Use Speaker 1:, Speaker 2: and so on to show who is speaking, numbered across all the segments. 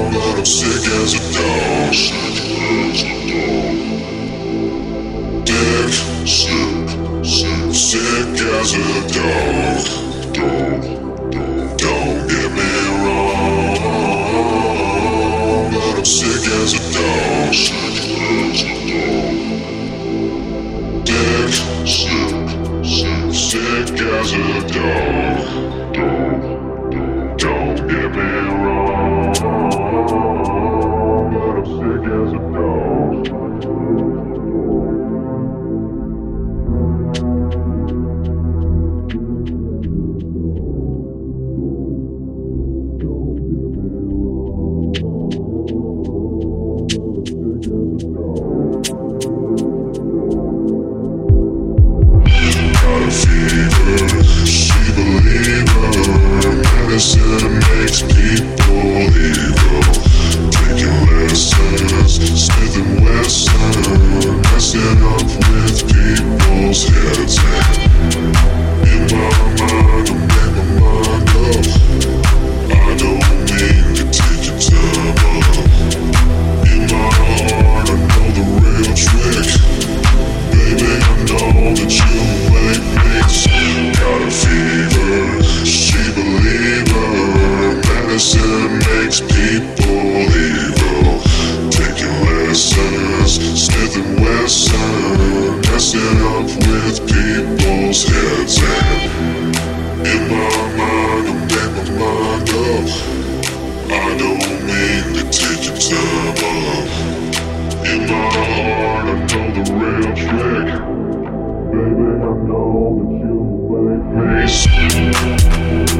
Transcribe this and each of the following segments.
Speaker 1: Sick as a dog. Sick as a dog. Dick. Sick. Sick. Sick as a dog. Dog. Dog. Don't get me wrong. But I'm sick as a dog. Sick as a dog. Dick. Sick. Sick. Sick as a dog. Dog. Dog. Don't get me wrong. But I'm sick as a dog. Got a fever, she believer. Medicine makes people evil. Taking lessons, Smith and Wesson, messing up with people's heads. In my mind, I make my mind up. I don't mean to take your time up. In my heart, I know the real trick. Baby, I know that you make me sick. Got a fever, she believer. Medicine makes people evil. Taking lessons, Smith and Wesson, messing up with people's heads. And in my mind, I make my mind up. I don't mean to take your time up. In my heart, I know the real trick. Baby, I know that you make me sick.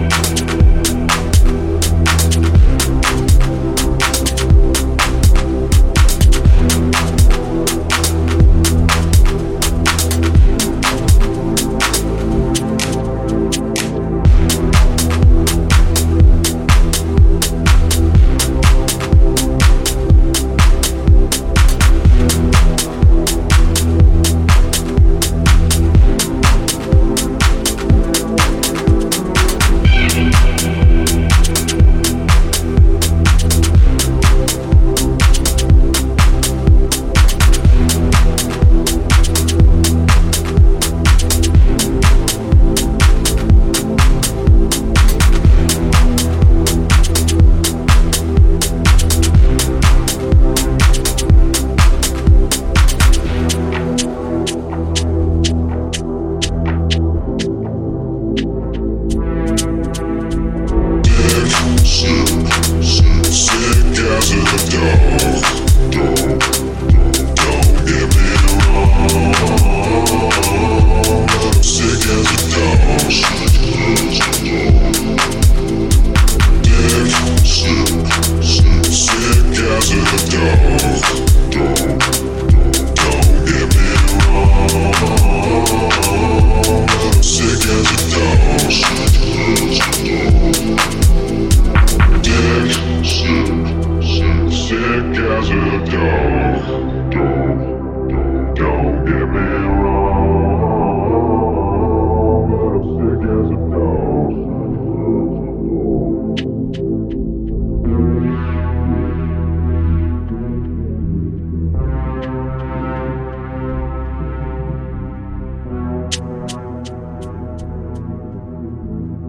Speaker 1: Sick, sick, sick, sick as a dog. Dog, dog, don't get me wrong. But I'm sick as a dog. Sick, sick, sick, sick as a dog. Dog, dog, don't get me wrong. But I'm sick as a dog. Sick, sick, sick, sick as a dog. Dog, dog, don't get me wrong. But I'm sick as a dog.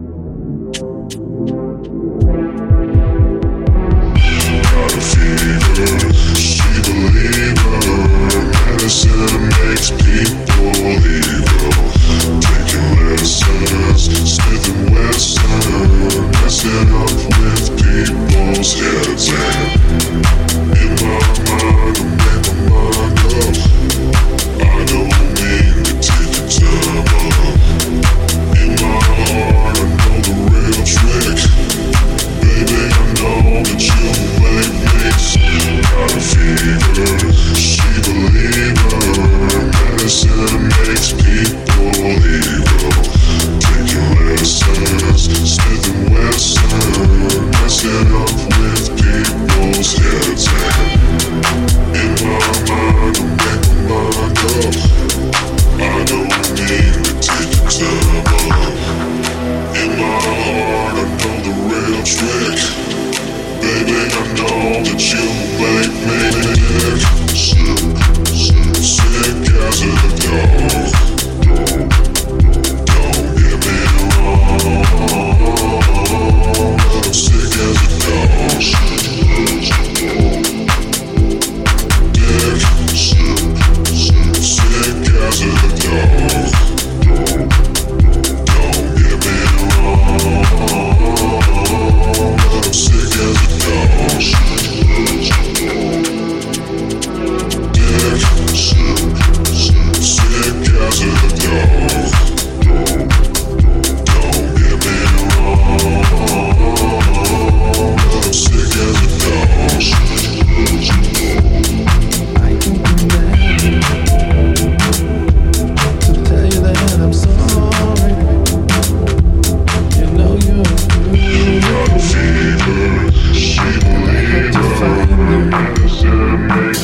Speaker 1: Got a fever, she believer. that you make me sick, sick, sick as a dog. Don't get me wrong, sick as a dog. Sick, sick, sick as a dog. Don't get me wrong, sick as a dog.
Speaker 2: I can come back to tell you that I'm sorry. You know you're good to find you.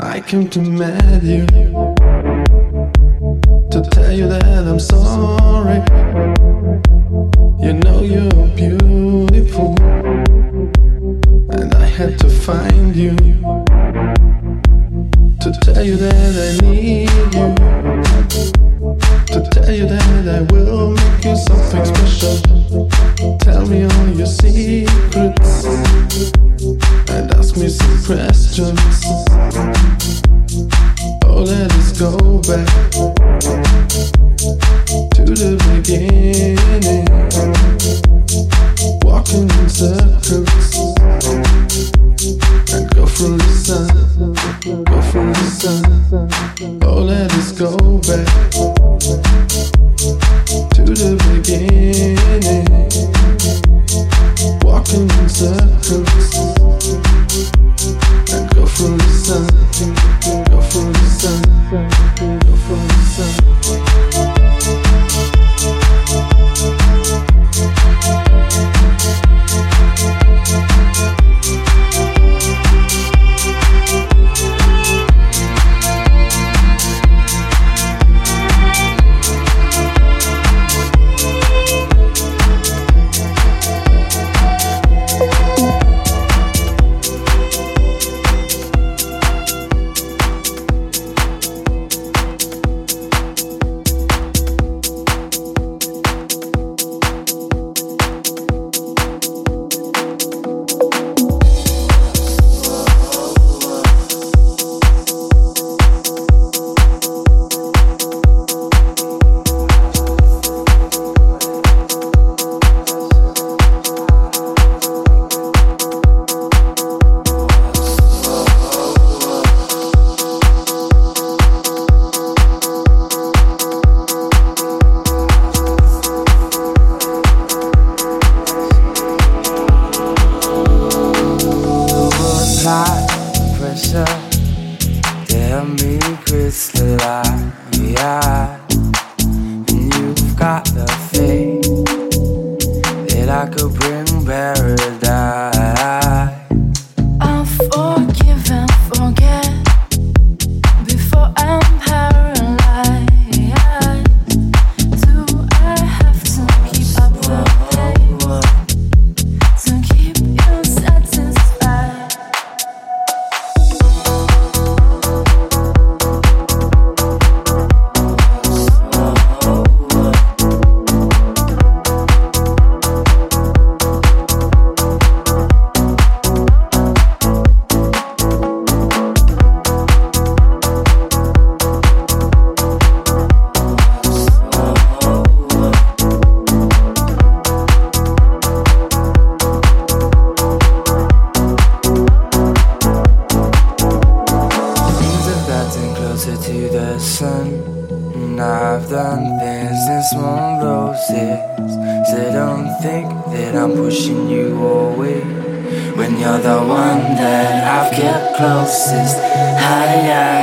Speaker 2: I came to meet you to tell you that I'm sorry. You know you're beautiful, and I had to find you to tell you that I need you. To tell you that I will make you something special. Tell me all your secrets and ask me some questions. Oh, let us go back to the beginning. Walking in circles and go through the sun, go through the sun. Oh, let us go back to the beginning. Walking in circles and go through the sun. Go through the sun. Go through
Speaker 3: I could bring paradise.
Speaker 4: Unforgive and forget before I'm paralyzed. Do I have to keep up the pace to keep you satisfied? Oh.
Speaker 3: Things are getting closer to the sun. And I've done things in small doses. So don't think that I'm pushing you away. When you're the one that I've kept closest. Hi, hi, hi.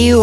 Speaker 5: You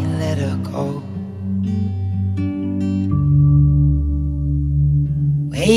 Speaker 5: you let her go. Where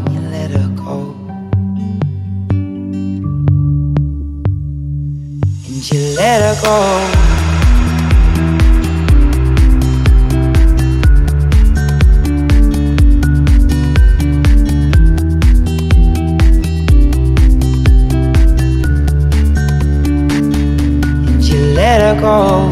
Speaker 5: you let her go. and you let her go. And you let her go.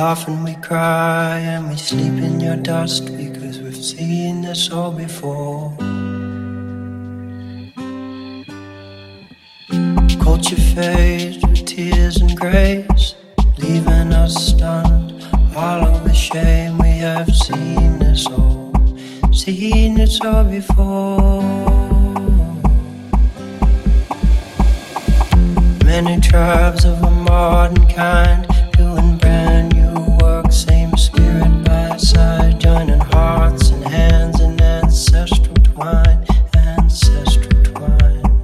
Speaker 5: high and we sleep in your dust because we've seen this all before. Culture fades with tears and grace, leaving us stunned. All of the shame we have seen this all, seen this all before. Many tribes of a modern kind doing brand new work, same spirit by side, joining hearts and hands in ancestral twine, ancestral twine.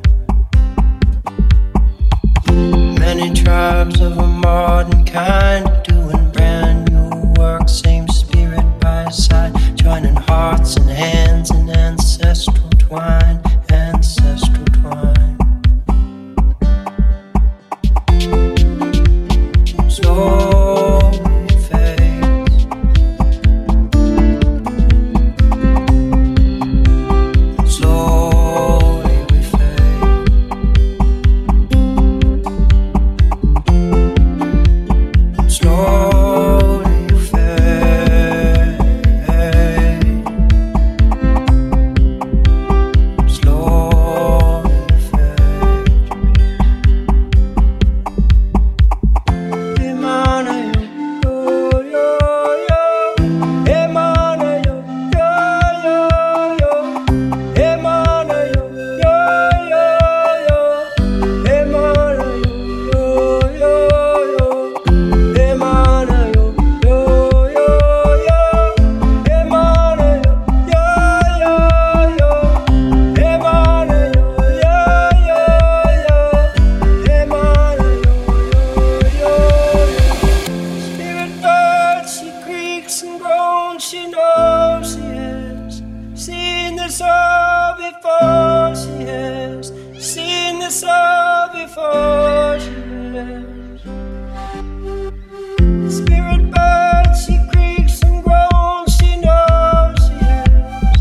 Speaker 5: Many tribes of a modern kind doing brand new work, same spirit by side, joining hearts and hands in ancestral twine, ancestral twine. Slowly fades. Slowly we fade. Slowly you fade. Slowly you fade. Emmanuel, yo, yo, yo. Emmanuel, yo, yo, yo. Emmanuel, yo, yo, yo. Emmanuel, yo, yo, yo. Emmanuel, yo, yo, yo. Emmanuel, yo, yo, yo. Before she has Spirit bird, she creaks and groans. She knows she has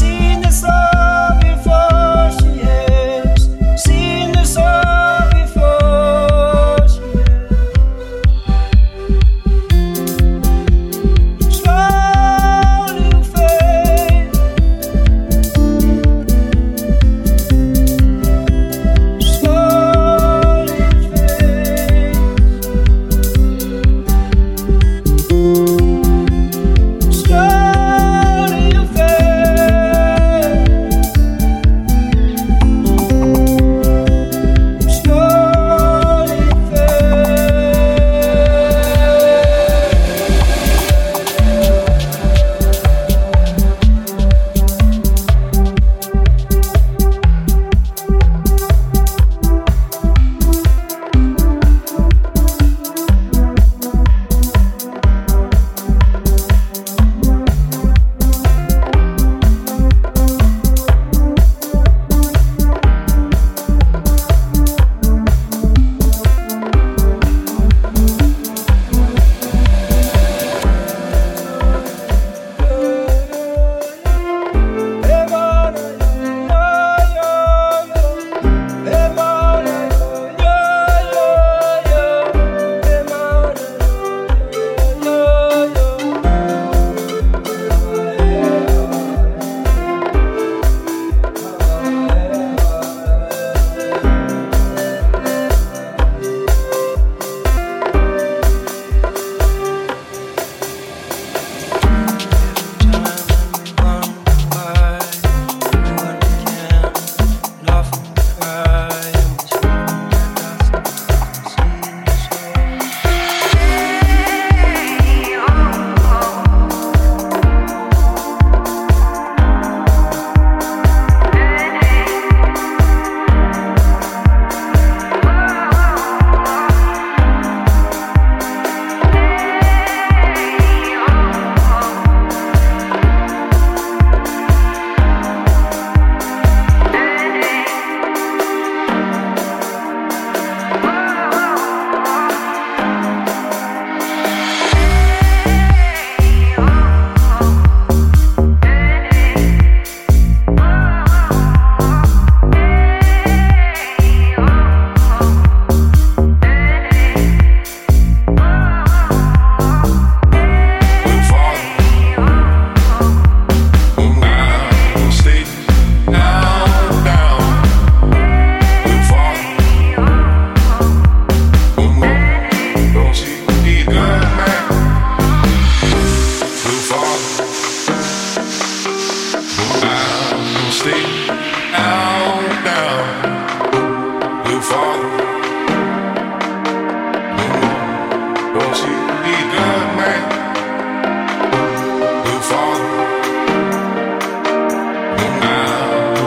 Speaker 5: seen the sun before. She has seen the sun before. She has. Slowly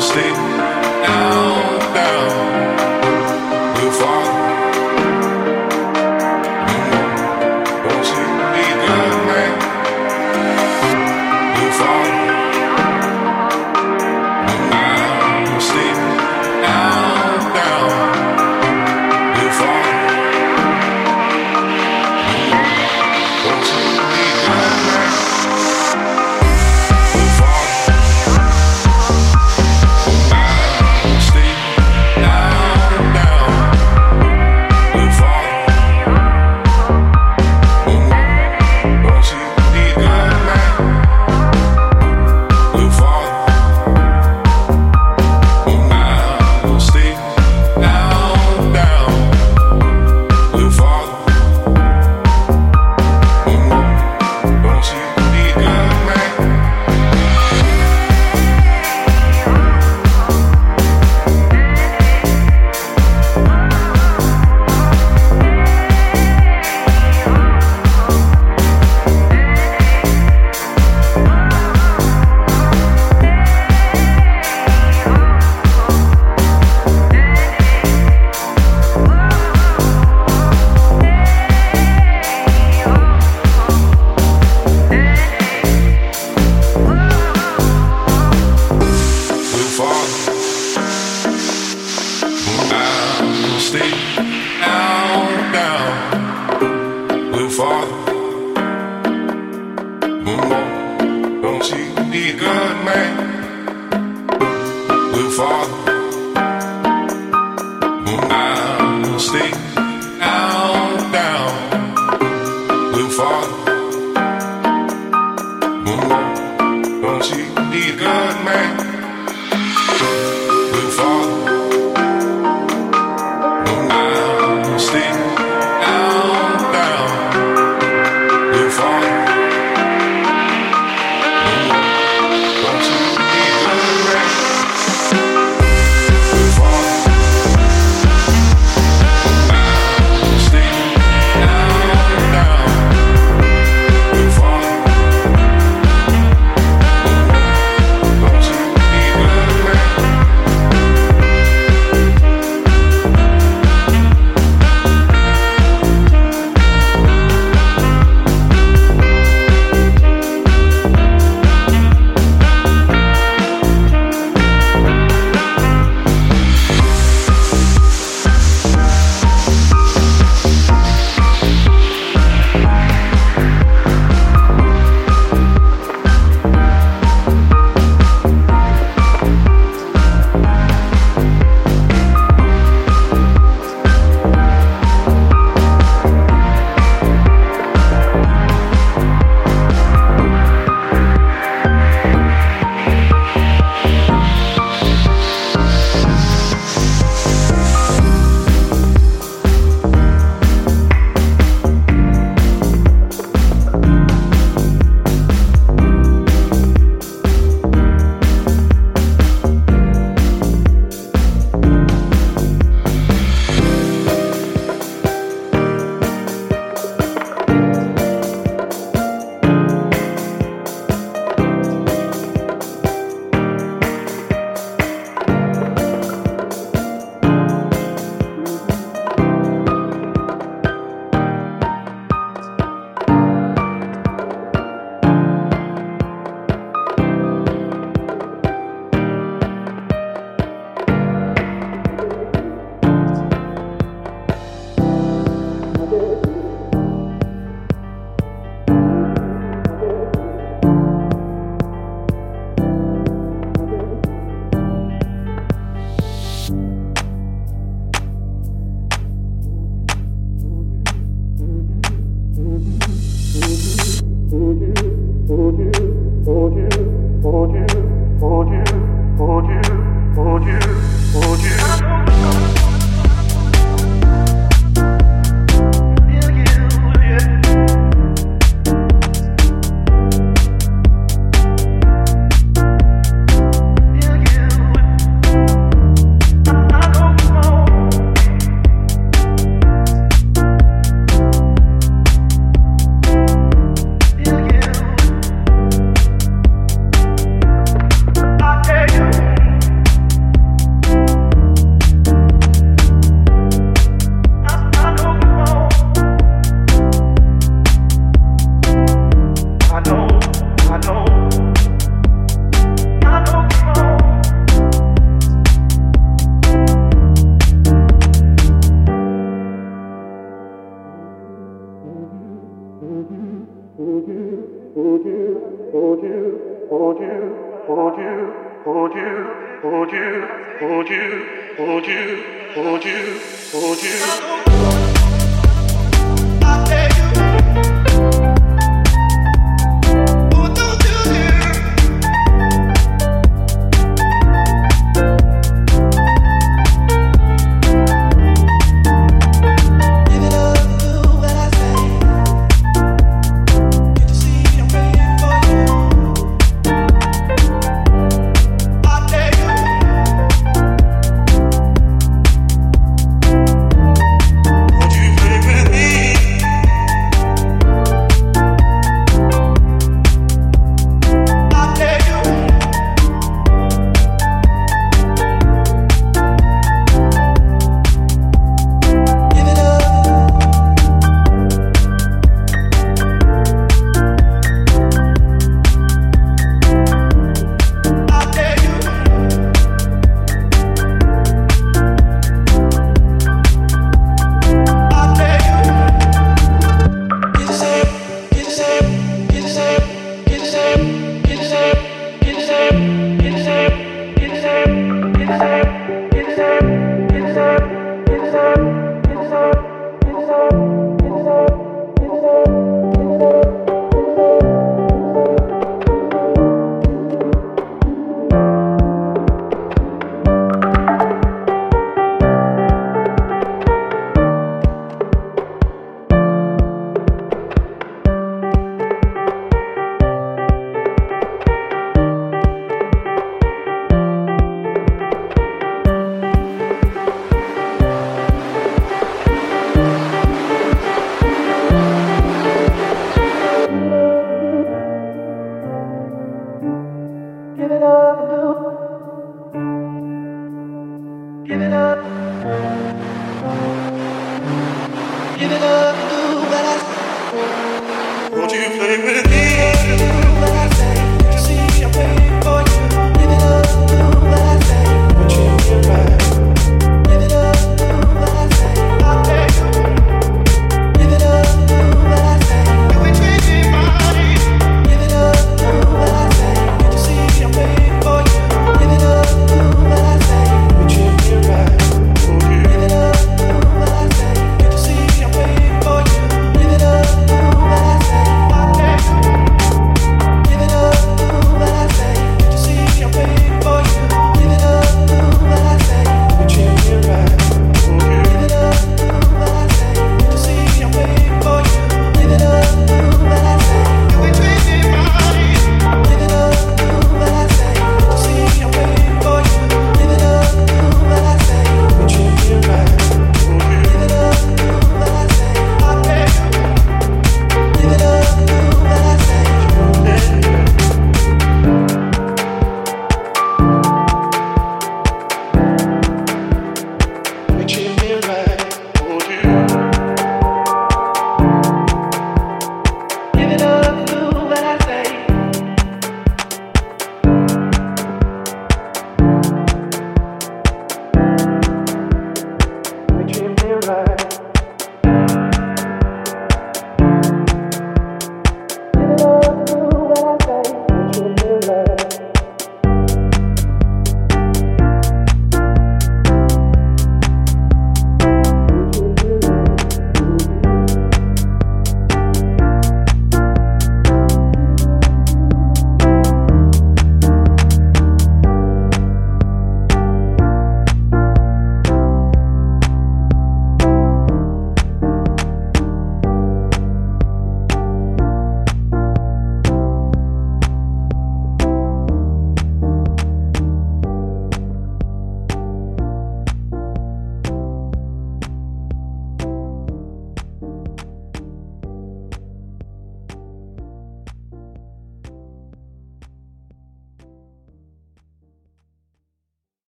Speaker 6: sleep. Down, down. We'll fall. Won't you be good, man? We'll fall. Down, sleep. Down, down. We'll fall. Won't you be good, man? We'll fall. Thank you We'll fall. Down, stay down, down. We'll fall. Moonwalk, don't you be a good man? We'll fall. Down, stay down, down. We'll fall. Moonwalk, don't you be a good man? We'll fall. Down, stay down, down. We'll fall. Don't you be afraid. We'll fall. Down, stay down, down. We'll fall. Don't you be afraid.
Speaker 7: I Would you, would you, would you, would you, would you, would you, would you, would you, would you, would you?